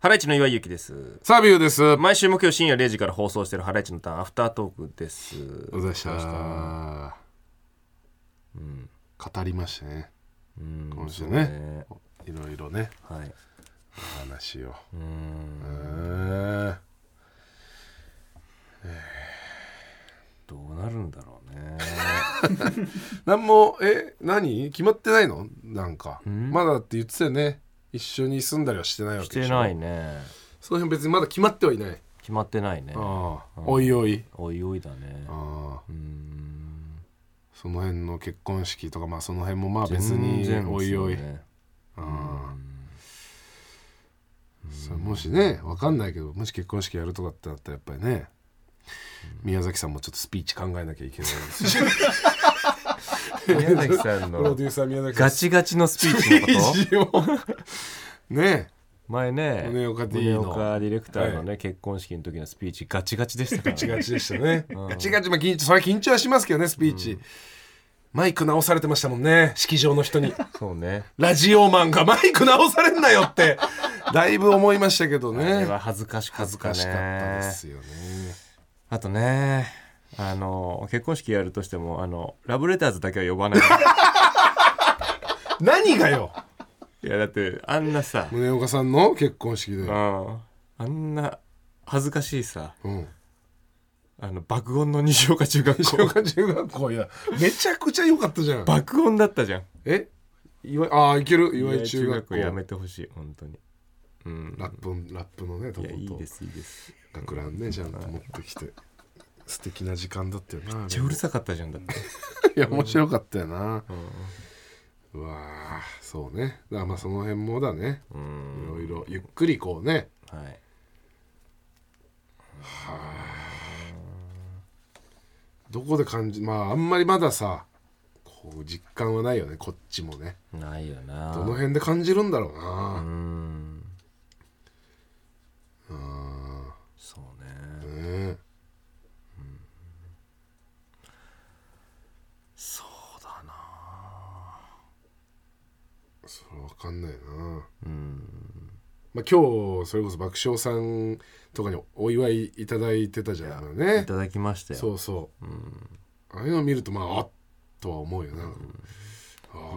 ハライチの岩井ゆきです。サビューです。お毎週木曜深夜0時から放送しているハライチのターンアフタートークです。疲れ様でした。うん、語りましたね。うん今週そうね、ねいろいろね、はい。お話を。うーん。えーどうなるんだろうね。なんもえ何決まってないのなんか、んまだって言ってたよね一緒に住んだりはしてないわしけでてしょないね。その辺別にまだ決まってはいない、決まってないね。ああおいおいおいおいだね。ああうーん。その辺の結婚式とかまあその辺もまあ別に全然おいおい、そうねああそれもしねわかんないけどもし結婚式やるとかってなったらやっぱりね宮崎さんもちょっとスピーチ考えなきゃいけないですし宮崎さん プロの デューサー宮崎さんガチガチのスピーチのこと 一応ね前ね宗岡 D の宗岡ディレクターのね結婚式の時のスピーチガチガチでしたからガチねガチでしたね。ガチガチ、まあ、緊張、それは緊張はしますけどね、スピーチ。マイク直されてましたもんね、式場の人に。そうねラジオマンがマイク直されんなよって、だいぶ思いましたけどあれね。は恥ずかしか恥っずたかしかったねですよね。あとねあの結婚式やるとしてもあのラブレターズだけは呼ばない 何がよいやだってあんなさ、宗岡さんの結婚式でうん、。あんな恥ずかしいさうん。あの爆音の西岡中学西校岡中学校、いや、めちゃくちゃ良かったじゃん。爆音だったじゃんえ岩井ああ、いける。岩井中学校。岩井やラめてほしい本当にうんップ、ラップのね、といこやいいとで。すいいです学ランね、ちゃんと持ってきて。素敵な時間だったよな。あれめっちゃうるさかったじゃんだっていや面白かったよな、うわあそうねだからまあその辺もだねうんいろいろゆっくりこうねはいどこで感じまああんまりまださこう実感はないよねこっちもねないよなどの辺で感じるんだろううな、んうん、そうねねえそうだなそれわかんないな、うんまあ、今日それこそ爆笑さんとかにお祝いいただいてたじゃんいねただきましたよそうそう、ああいうのを見るとまああっとは思うよな、あ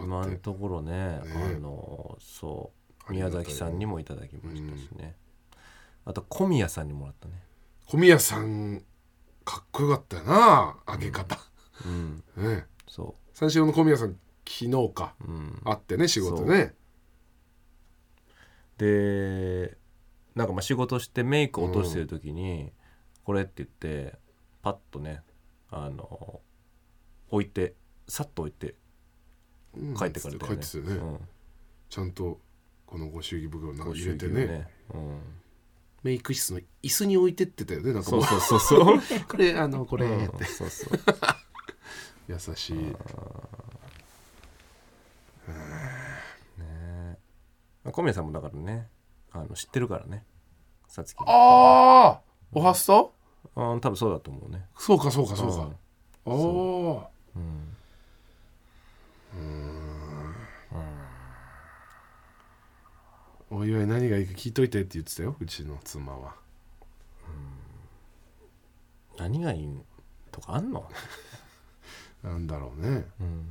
あ今っのてところねねあのそうありが宮たい崎さんにもいただきましたしね、あと小宮さんにもらったね小宮さんかっこよかったよな上げ方、うんねそ三四郎の小宮さん昨日かう、うん、会ってね仕事ねでなんかまあ仕事してメイク落としてる時に、これって言ってパッとねあの置いてさっと置いてうん帰ってかれたよね、うん、帰ってたよね、ちゃんとこのご祝儀袋なんごか入れ祝て儀をねね、うん、メイク室の椅子に置いてってたよねなんかそもううそうそうそう、これあのこれ、うん、そうそう優しいねえ小宮さんもだからねあの知ってるからねさつきあああおはスト多分そうだと思うねそうかそうかそうかああーうんお祝い何がいいか聞いといてって言ってたようちの妻は何がいいとかあんのなんだろうねうん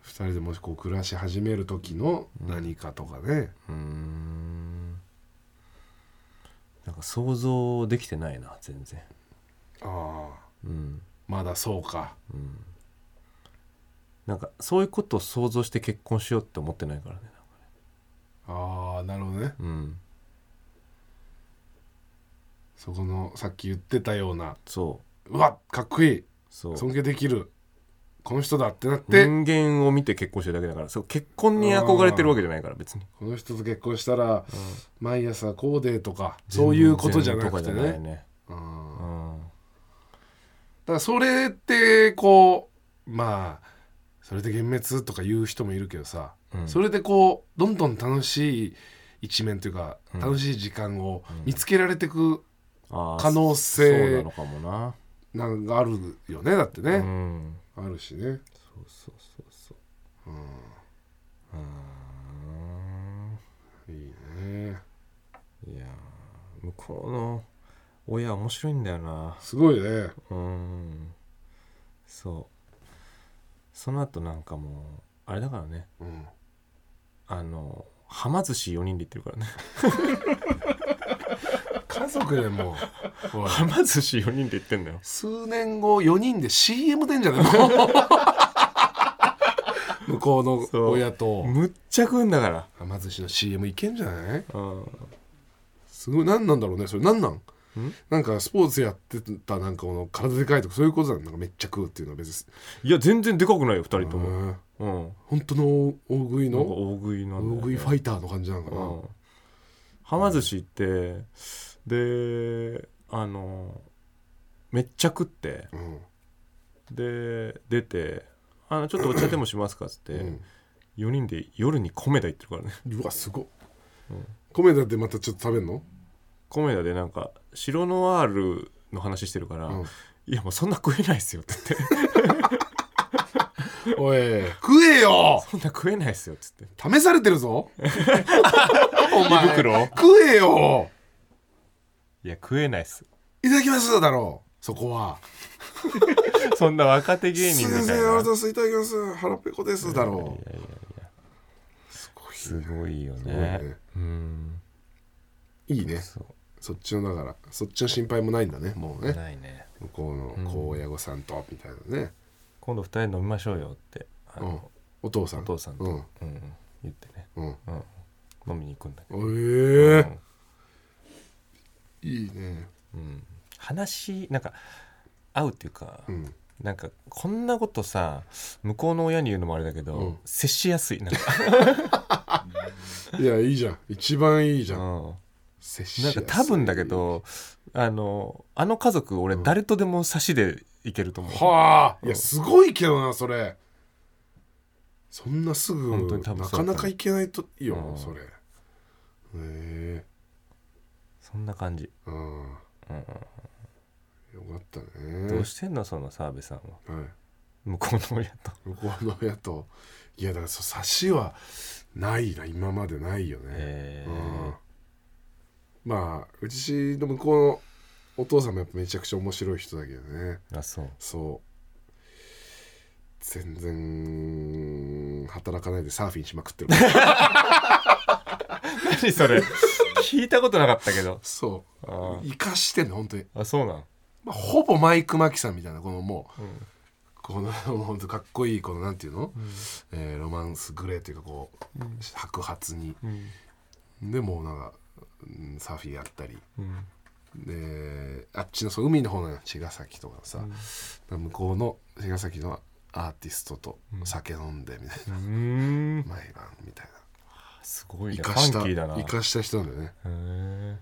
二人でもしこう暮らし始める時の何かとかね、うーんなんか想像できてないな全然ああうんまだそうかなんかそういうことを想像して結婚しようって思ってないからねああなるほどねうんそこのさっき言ってたようなそううわかっこいいそう尊敬できるこの人だってなって、人間を見て結婚してるだけだからそう結婚に憧れてるわけじゃないから別にこの人と結婚したら、毎朝こうでとかそういうことじゃなくて全然とかじゃないねねうんだうんからそれってこうまあそれで幻滅とか言う人もいるけどさ、うんそれでこうどんどん楽しい一面というか、楽しい時間を見つけられてくあー可能性そうなのかもななんかあるよねだってうね、んあるしねそうそうそうそういいね親面白いんだよなすごいねうーんそうその後なんかもうあれだからねうんあのはま寿司4人で行ってるからね家族でもうおいはま寿司4人で行ってんだよ数年後4人で CM 出んじゃ ねえの向こうの親とむっちゃ食うんだからはま寿司の CM いけんじゃないうんすごい何なんだろうねそれ何なんなんかスポーツやってたなんかこの体でかいとかそういうことなのなんかめっちゃ食うっていうのは別ですいや全然でかくないよ2人ともうんうん本当の大食いなんかの大食いなんだよね大食いファイターの感じなのかな、うんはま寿司行ってであのめっちゃ食ってうんで出てあのちょっとお茶でもしますかっつって、うん4人で夜に米田行ってるからね うわすごっ、米だってまたちょっと食べんの、米田でなんか白ノワールの話してるから、うんいやもうそんな食えないっすよって 言っておい食えよそんな食えないっすよって 言って試されて るぞお前袋食えよいや食えないっす いただきますだろうそこはそんな若手芸す人いみまたいせんなありがとうございますいただきます腹ペコですだろういやいやいやすごいよねすごいねうんいいねそそっちのだからそっちの心配もないんだねもううねないね向こうの子親御さんとみたいなね、今度二人飲みましょうよってあうんの、お父さんお父さんと、ううんんうん言ってね、うんうん、飲みに行くんだけど、えうえんいいねうん話なんか合うっていうか、うんなんかこんなことさ向こうの親に言うのもあれだけど、うん接しやすいなんか, いやいいじゃん一番いいじうゃん、ん、接しなやんすか多い分だけどあのあの家族俺誰とでも差しでいけると思う、はあういんやすごいけどなそれそんなすぐ本当に多分そなうだかと思うなかいけないとよ、うんそれへえそんな感じ、ああうんうんよかったねどうしてんのその澤部さんははい向こうの親と向こうの親といやだからそう差しはないな今までないよね、えうんまあうちの向こうのお父さんもやっぱめちゃくちゃ面白い人だけどねー、あそう そう全然働かないでサーフィンしまくってる 何それ聞いたことなかったけどそうあ生かしてんの本当に、あそうなん、まあ、ほぼマイク・マキさんみたいなこのもううんこのもう本当かっこいいこのなんていうの、えーロマンスグレーというかこう、白髪にうんでもうなんか、うんサーフィンやったりうんであっちのそう海の方の茅ヶ崎とかさ、向こうの茅ヶ崎のアーティストと酒飲んでみたいな、うん毎晩みたいなすごいね生フかしたァンキーだな生かした人なんだよねへえ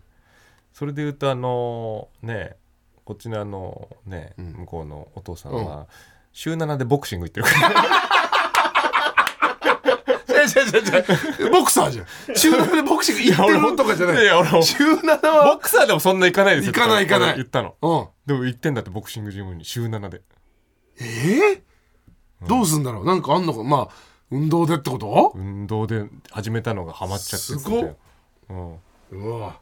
それで言うとあのねこっちのあのね、うん向こうのお父さんうは週7でボクシング行ってるからえボクサーじゃん中7でボクシング 行ってるとかじゃないいや俺も中7はボクサーでもそんな行かないですよ行かない行かない俺言ったのうんでも行ってんだってボクシングジムに週7でえーどうすんだろうなんかあんのかまあ運動でってこと運動で始めたのがハマっちゃってすごっっ、うん、うわ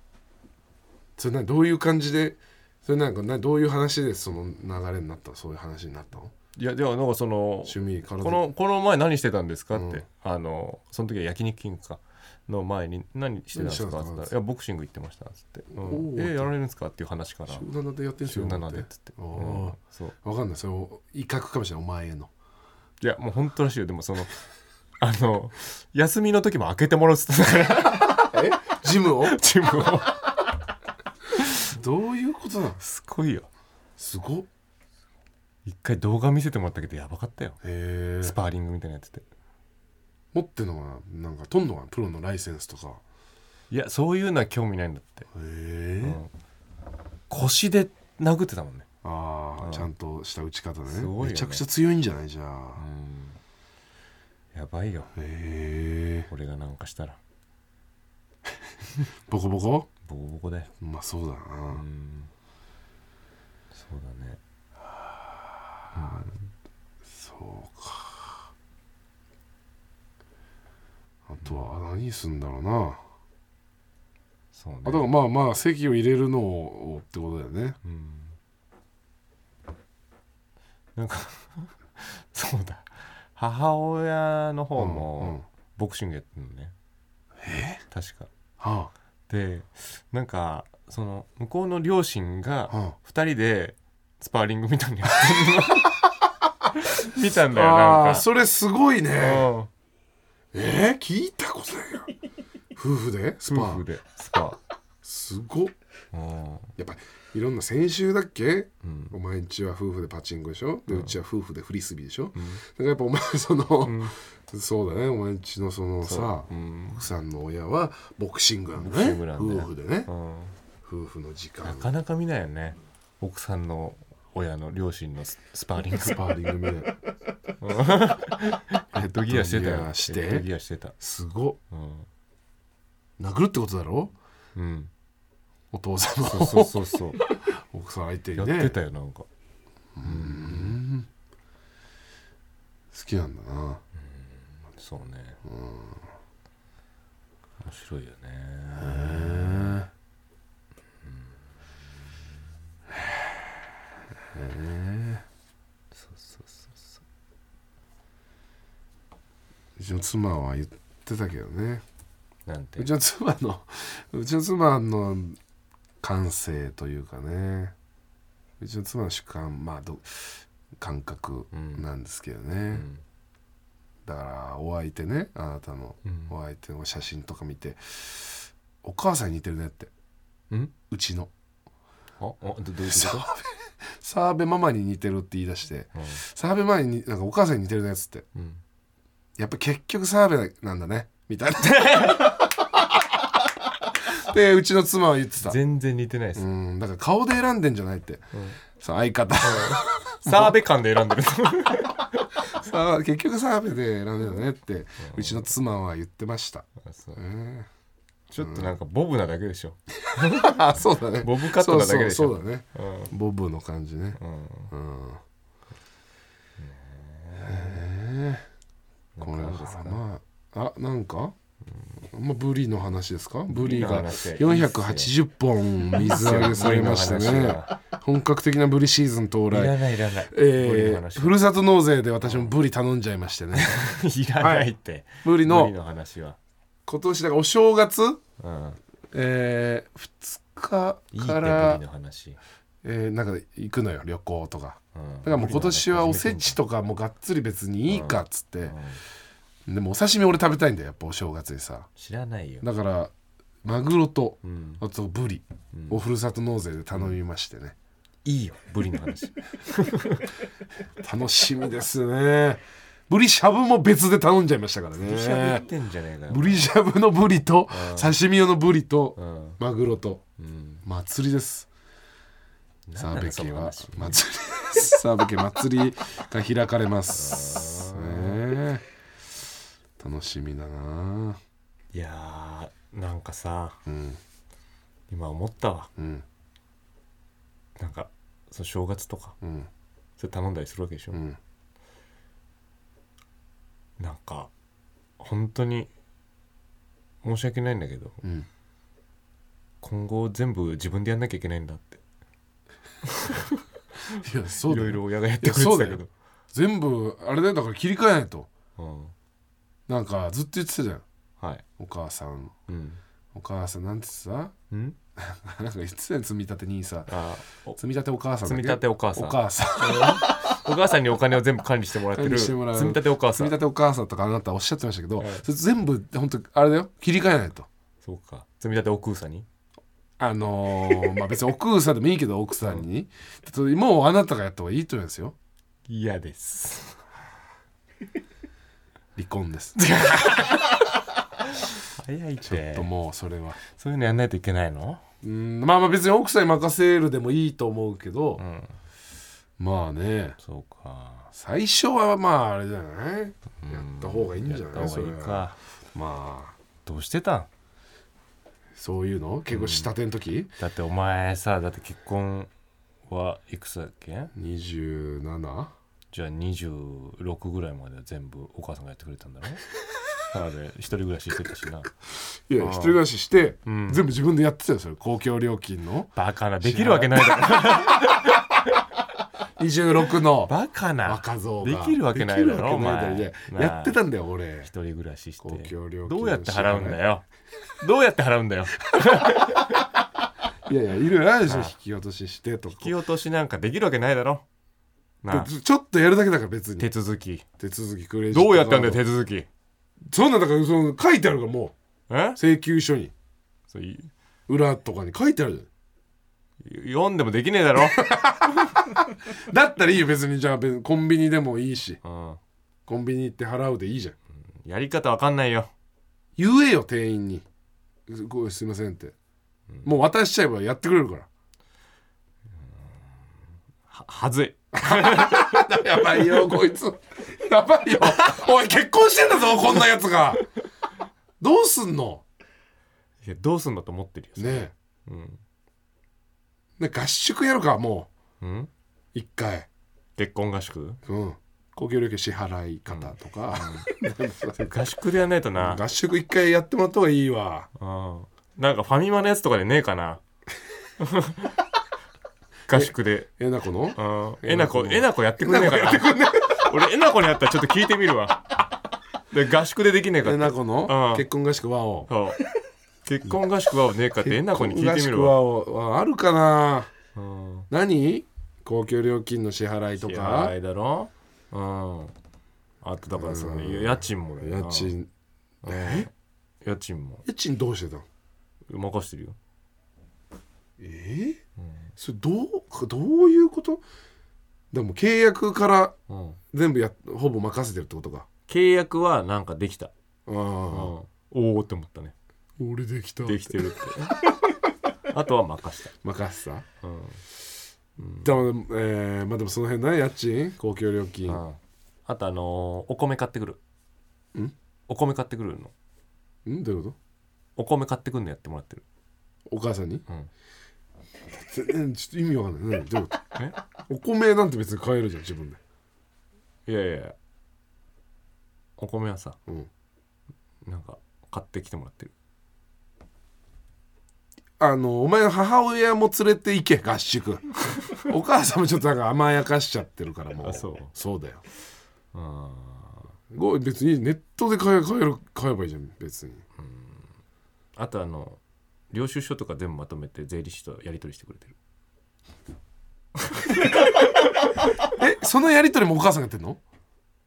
それ何どういう感じでそれなんかなどういう話でその流れになったのそういう話になったのいやではなんかその趣味体このこの前何してたんですかって、うんあのその時は焼肉キングかの前に何してたんですか何ってしてたん言っでたら「いすかやボクシング行ってました」っつって「うんおーえやられるんですか?」っていう話から週7でやってんす週よ7でっつって、あうんーそうわかんないそれを威嚇かもしれないお前へのいやもう本当らしいよでもその あの休みの時も開けてもらうっつってたからえジムをチームをどういうことなの すごいよすごっ一回動画見せてもらったけどやばかったよへスえパーリングみたいなやつで持ってんのはなんか取んのはプロのライセンスとかいやそういうのは興味ないんだって、へうえん、腰で殴ってたもんねあうあんちゃんとした打ち方ねすごいよねめちゃくちゃ強いんじゃないじゃあやばいよへえ俺がなんかしたらボコボコボコボコでうまあそうだうなんそうだねそうかあとは何すんだろうなそうねあだからまあまあ席を入れるのをってことだよねうんなんか そうだ母親の方うんうんもボクシングやってるのね、え確かはでなんかその向こうの両親あ、がは2人でスパーリングみたいなのやってるの 見たんだよあ、なあーんかそれすごいねうんえー、聞いたことないよ 夫婦でス夫パ婦でスパすごっうんやっぱいろんな先週だっけうんお前んちは夫婦でパチンコでしょでうちは夫婦でフリスビーでしょ、うんだからやっぱお前その、んそうだねお前んちのそのさうん奥さんの親はボクシングなんボクだシンねグなんだよ夫婦でねうん夫婦の時な間かなか見ないよね奥さんの親の両親のススパーリングスパーリングみたいなヘッ ドギアしてたヘッドギよアしヘッドてギアしてたすごうん、っ殴るってことだろうん、お父様そうそうをそうそう奥さん相手 やにっねてたよなんかうん好きなんだなそうね面白いよねそうそうそうそううちの妻は言ってたけどねなんてうちの妻のうちの妻の感性というかねうちの妻の主観まあど感覚うんなんですけどね、うんだからお相手ねあなたのうんお相手の写真とか見てお母さんに似てるねってうんうちのああどどういうこ 澤部澤部ママに似てるって言い出してと澤部ママになんかお母さんに似てるねっつってうんうんやっぱ結局澤部なんだね みたいなでうちの妻は言ってた全然似てないですうんだから顔で選んでんじゃないって、さ相方澤部感で選ん でるさ あ結局澤部で選んでんだねって、うちの妻は言って ました、あそううんちょっとなんかボブなだけでしょあそうだねボブカットなだけでしょそうそうそうだねうんボブの感じねうんうんなんかあるんこれだでかすらかまああなんか、まあ、ブリの話ですかブブリリがの話480本水揚げされましたブリのね話は本格的なブリシーズン到いら来ないいらない、ブリえのー、話ふるさと納税で私もブリ頼んじゃいましてね いらないって、ブ無リ理のの話は、今年だからお正月、うん、えー、2いい日ってか無理らの話、えー、なんか行くのよ旅行とかうん、だだからもう今年はおせちとかもがっつり別にいいかっつって、でもお刺身俺食べたいんだよやっぱお正月にさ知らないよ、だからマグロとうんあとブリうんをふるさと納税で頼みましてね、いいよブリの 話楽しみですねブリしゃぶも別で頼んじゃいましたからブリしゃべっねてんじゃねえかよブリしゃぶのブリと刺身用のブリとうんマグロとうん祭りですな澤んな部のそ家のは話祭りです澤部家祭りが開かれますね楽しみだないやーなんかさうん今思ったわうんなんかその正月とかうんそれ頼んだりするわけでしょ、うんなんか本当に申し訳ないんだけどうん今後全部自分でやんなきゃいけないんだっていやそういだろよいろ親がやってくれいやそてうだたけよど全部あれだよだから切り替えないとうんなんかずっと言ってたじゃんはいお母さんうんお母さんなんてさうんなんか言ってた よ積み立て兄さんあお積み立てお母さん積だっみけ立てお母さんお母さん お母さんにお金を全部管理してもらって管る理して積もらうみ立てお母積さみん立てお母さんとかあなたおっしゃってましたけど、はいそれ全部本当あれだよ切り替えないとそうか積み立てお母さんにあのー まあ別に奥さんでもいいけど奥さんに、もうあなたがやった方がいいと思いますよ嫌です離婚です早いっちょってともうそれはそういうのやんないといけないのうんまあまあ別に奥さんに任せるでもいいと思うけどう、んまあねそうか最初はまああれじゃないやうんった方がいいんじゃないやった方がいいそれはかまあどうしてたんそういうの結構下手の時、だってお前さだって結婚はいくつだっけ27じゃあ26ぐらいまでは全部お母さんがやってくれたんだろ奈良で一人暮らししてたしないやあー一人暮らしして、うん全部自分でやってたよそれ公共料金のバカなできるわけないだろ26のバカな若造でがきるわけないだろできるわけないだろお前いややってたんだよ俺一人暮らしして公共料金どうやって払うんだよどうやって払うんだよいやいやいろいろあるでしょあ引あき落とししてとか引き落としなんかできるわけないだろなあでちょっとやるだけだから別に手続き手続きクレジットどうやったんだよカー手続きドそんなんだからその書いてあるからもえう請求書にそうい裏とかに書いてあるじゃん読んでもできねえだ ろ、だったらいいよ別にじゃあ別にコンビニでもいいしうん、コンビニ行って払うでいいじゃんやり方わかんないよ言えよ店員に「ごすいません」って、もう渡しちゃえばやってくれるからははずい やばいよこいつやばいよおい結婚してんだぞこんなやつがどうすんのいやどうすんだと思ってるよそれねうんえね合宿やるかもうん、う一回結婚合宿うん公共料金支払い方とか、合宿でやんないとな、 合宿一回やってもらった方がいいわうん、なんかファミマのやつとかでねえか な合宿でえなこのうんええなこえなこえなこやってくんねえかな俺えなこに会ったらちょっと聞いてみるわで合宿でできねえかえってなこうのん結婚合宿はをそう 結婚合宿はねえかってえなこに聞いてみるわ、合宿和をあるかなうん、何公共料金の支払いといかだろうんあとだからそのうん家賃もだよ家な賃ね家賃も家賃どうしてたの任してるよええそれどうどういうことでも契約からうん全部やほぼ任せてるってことか契約はなんかできた、うん、あおおって思ったねあ俺できたできてるって あとは任し任せたた、うんでも、えー、まあでもその辺ね家賃公共料金うん、あとあのーお米買ってくるんお米買ってくるのんどういうこお米買ってくるのやってもらってるとお母さんに、うん全然ちょっと意味わかんない何どういうこえとお米なんて別に買えるじゃん自分でいやいやいやお米はさ、うんなんか買ってきてもらってるあのお前の母親も連れて行け合宿お母さんもちょっとなんか甘やかしちゃってるからもうあそうそうだようんご別にネットで買え買える買えばいいじゃん別にあとあの領収書とか全部まとめて税理士とやり取りしてくれてるえそのやり取りもお母さんがやってんの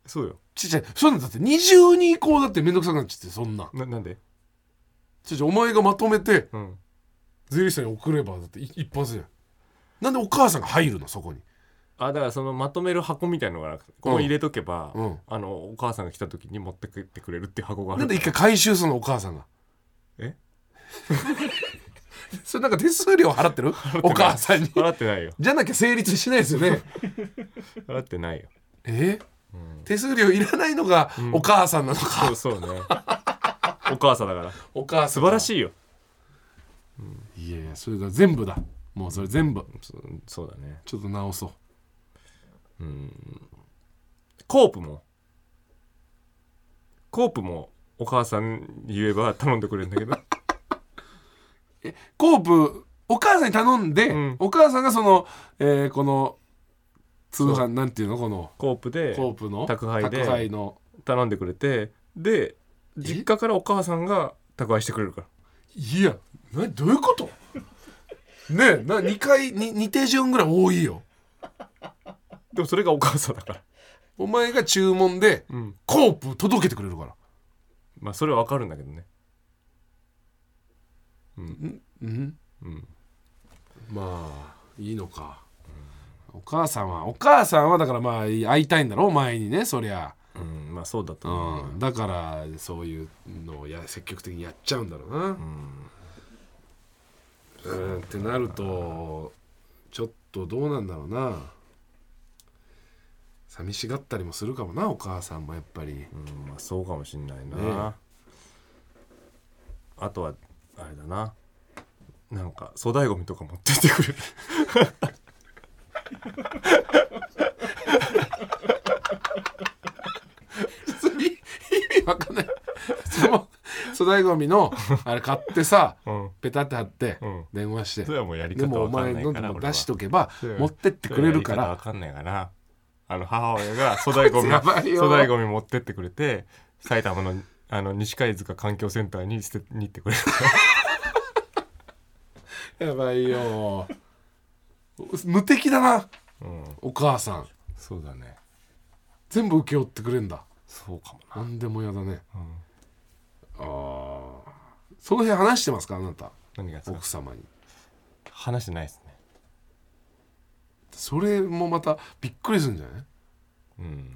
そうよちっちゃいそんなんだって二重にこうだって面倒くさくなっちゃってそんなんななんでちっちゃいお前がまとめてうん税理士さんに送ればだってい一発じゃんなんでお母さんが入るのそこにあだからそのまとめる箱みたいのがあるここに入れとけば、うんあのお母さんが来た時に持ってきてくれるっていう箱があるなんで一回回収するのお母さんがえ それなんか手数料払ってるお母さんに払ってないよじゃなきゃ成立しないです よね払ってないよえ手数料いらないのがお母さんなのか、そうそうねお母さんだからお母さ素ん晴らしいよいいやいやそれだ全部だもうそれ全部そそうだねちょっと直そうコープもコープもお母さんに言えば頼んでくれるんだけどコープお母さんに頼んで、んお母さんがその、えーこの通販なんていうのこのコープでコープの宅配で宅配の頼んでくれてで実家からお母さんが宅配してくれるからいやなどういうことねえな2回に2手順ぐらい多いよでもそれがお母さんだからお前が注文で、うんコープ届けてくれるからまあそれはわかるんだけどねうんうんまあいいのか、お母さんはお母さんはだからまあ会いたいんだろお前にねそりゃ、うんまあそうだとう思う、んだからそういうのをや積極的にやっちゃうんだろうな、うんうーんってなるとちょっとどうなんだろうな寂しがったりもするかもなお母さんもやっぱりうんまあそうかもしんないな、ねあとはあれだななんか粗大ごみとか持ってってくれる意味わかんない粗大ゴミのあれ買ってさうんペタって貼ってうん電話してそれはもうやりで方もおわかん前ないのかでらも俺は出しとけばそう持ってってくれるかそれはやり方わらかんないかなあの母親が粗大ゴミ やばいよ粗大ゴミ持ってってくれて埼玉のあの西貝塚環境センターに捨てに行ってくれるやばいよ無敵だなうんお母さんそうだね全部請け負ってくれんだそうかもな何でも嫌だねうんああその辺話してますかあなた何がですか奥様に話してないですねそれもまたびっくりするんじゃないうん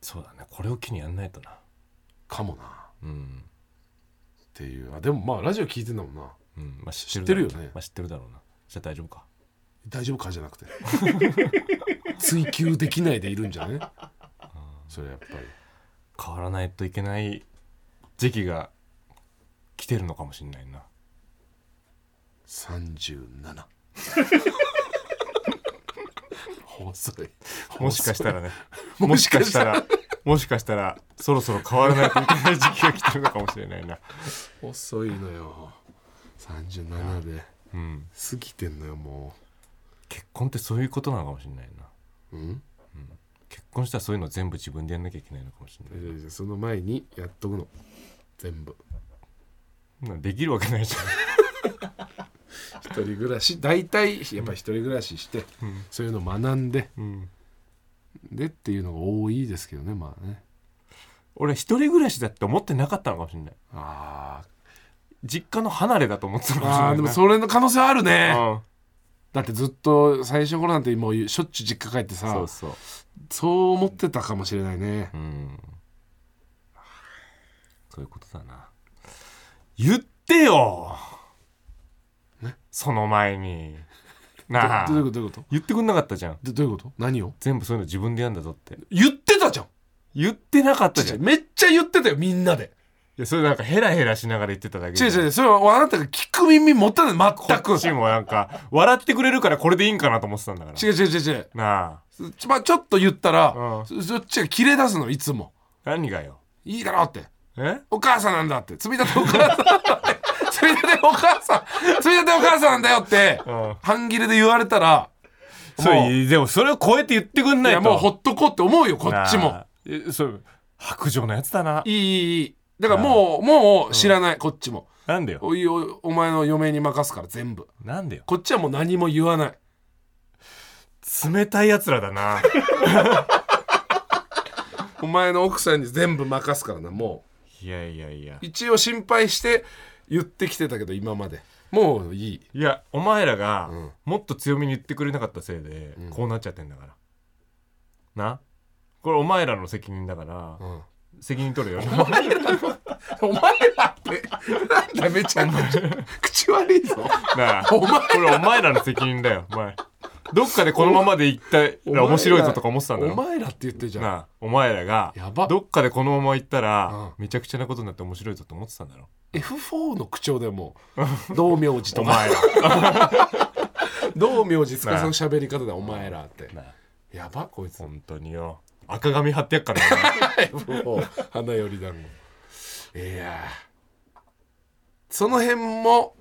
そうだねこれを機にやんないとなかもなっうん、ていうあでもまあラジオ聞いてんだもんなうん、まあ知知っっててるるよだろうねまあ知ってるだろうなじゃあ大丈夫か大丈夫かじゃなくて 追求できないでいるんじゃねそれやっぱり変わらないといけない時期が来てるのかもしれないな 37細いもしかしたらね ももししかかししたたらもしかしたらそろそろ変わらないといけない時期が来てるのかもしれないな細いのよ37でうん過ぎてんのよも結婚ってそういうことなのかもしれないなううん結婚したらそういうの全部自分でやんなきゃいけないのかもしれいなやいやその前にやっとくの全部いなできるわけないじ一人暮らし大体やっぱ一人暮らしして、ゃん、うんそういうの学んでうん、 でっていうのが多いですけどねまあね俺一人暮らしだって思ってなかったのかもしれないあ実家の離れだと思ってたのかもしれないあなーでもそれの可能性はあるねうんだってずっと最初の頃なんてもうしょっちゅう実家帰ってさそそううそう思ってたかもしれないねうんそういうことだな言ってよ、その前になあどどういうことどういうこと言ってくんなかったじゃんどどういうこと何を全部そういうの自分でやんだぞって言ってたじゃん言ってなかったじゃ違うん違いうめっちゃ言ってたよみんなでやそれなんかヘラヘラしながら言ってただけ違う違う違うそれはあなたが聞く耳持たない全くこっちもなんか笑ってくれるからこれでいいんかなと思ってたんだから違う違う違う違うなあち,、まあ、ちょっと言ったら、うんそそっちが切れ出すのいつも何がよいいだろうってえお母さんなんだって積み立てお母さんなんだって積み立てお母さん積み立てお母さんなんだよってうん半切れで言われたらそもううでもそれを超えて言ってくんないいとやもうほっとこうって思うよこっちもなあえそう白状のやつだないいいいいだからもうもう知らないこっちもなんでよおいおお前の嫁に任すから全部なんでよこっちはもう何も言わない冷たいやつらだなお前の奥さんに全部任すからなも いやいやいやう一応心配して言ってきてたけど今までもういいいやお前らがうんもっと強めに言ってくれなかったせいでんこうなっちゃってんだから、なこれお前らの責任だから、うん責任取れよお前らってなんだめちゃくちゃ口悪いぞなあお前らこれお前らの責任だよお前どっかでこのままでいったら面白いぞとか思ってたんだおろ前らって言ってるじゃんなあお前らがやばどっかでこのまま行ったらうめちゃくちゃなことになって面白いぞと思ってたんだろ F4 の口調でもう道明寺 おとか前ら道明寺司の喋り方だお前らってなあやばこいつ本当によ赤髪貼ってやっからな F4 花より団子いやーその辺も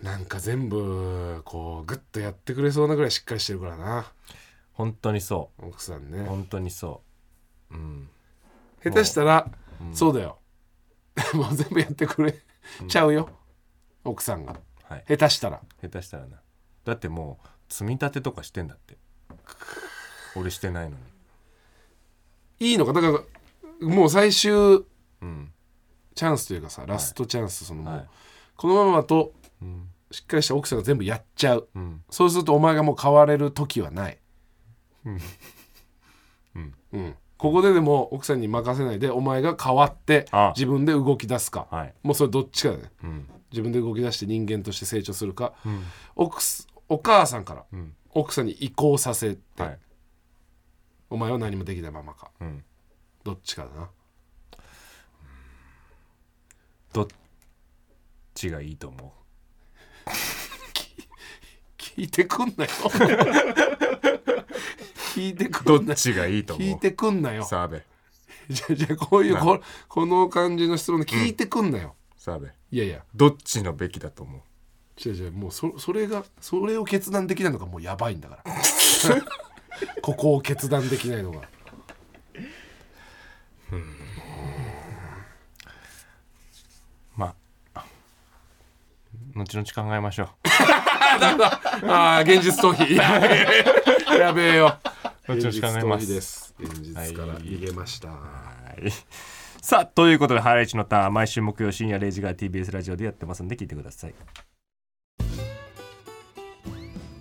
なんか全部こうグッとやってくれそうなぐらいしっかりしてるからな本当にそう奥さんね本当にそう、うん、下手したらそうだよ もう全部やってくれちゃうよ奥さんがはい下手したら下手したらなだってもう積み立てとかしてんだって俺してないのにいいのかだからもう最終うんチャンスというかさラストチャンスそのもう、はいこのままだとうんしっかりした奥さんが全部やっちゃううんそうするとお前がもう変われる時はないうんうんうんここででも奥さんに任せないでお前が変わってああ自分で動き出すかはいもうそれどっちかだねうん自分で動き出して人間として成長するかうん奥すお母さんからうん奥さんに移行させて、はいお前は何もできないままかうんどっちかだなどっちがいいと思聞いてくん なよ聞いてうどくんなっちがいいと思う聞いてくんなよ澤部 じゃあじゃあこういうはいここの感じの質問で聞いてくんなよ、澤部いやいやどっちのべきだと思う違う違うもうそそれがそれを決断できないのがもうやばいんだから ここを決断できないのがまあ後々考えましょうああ現実逃 避やべえよ後々考えますです現実から逃げました、はいさあということで「ハライチのターン」毎週木曜深夜0時から TBS ラジオでやってますんで聞いてください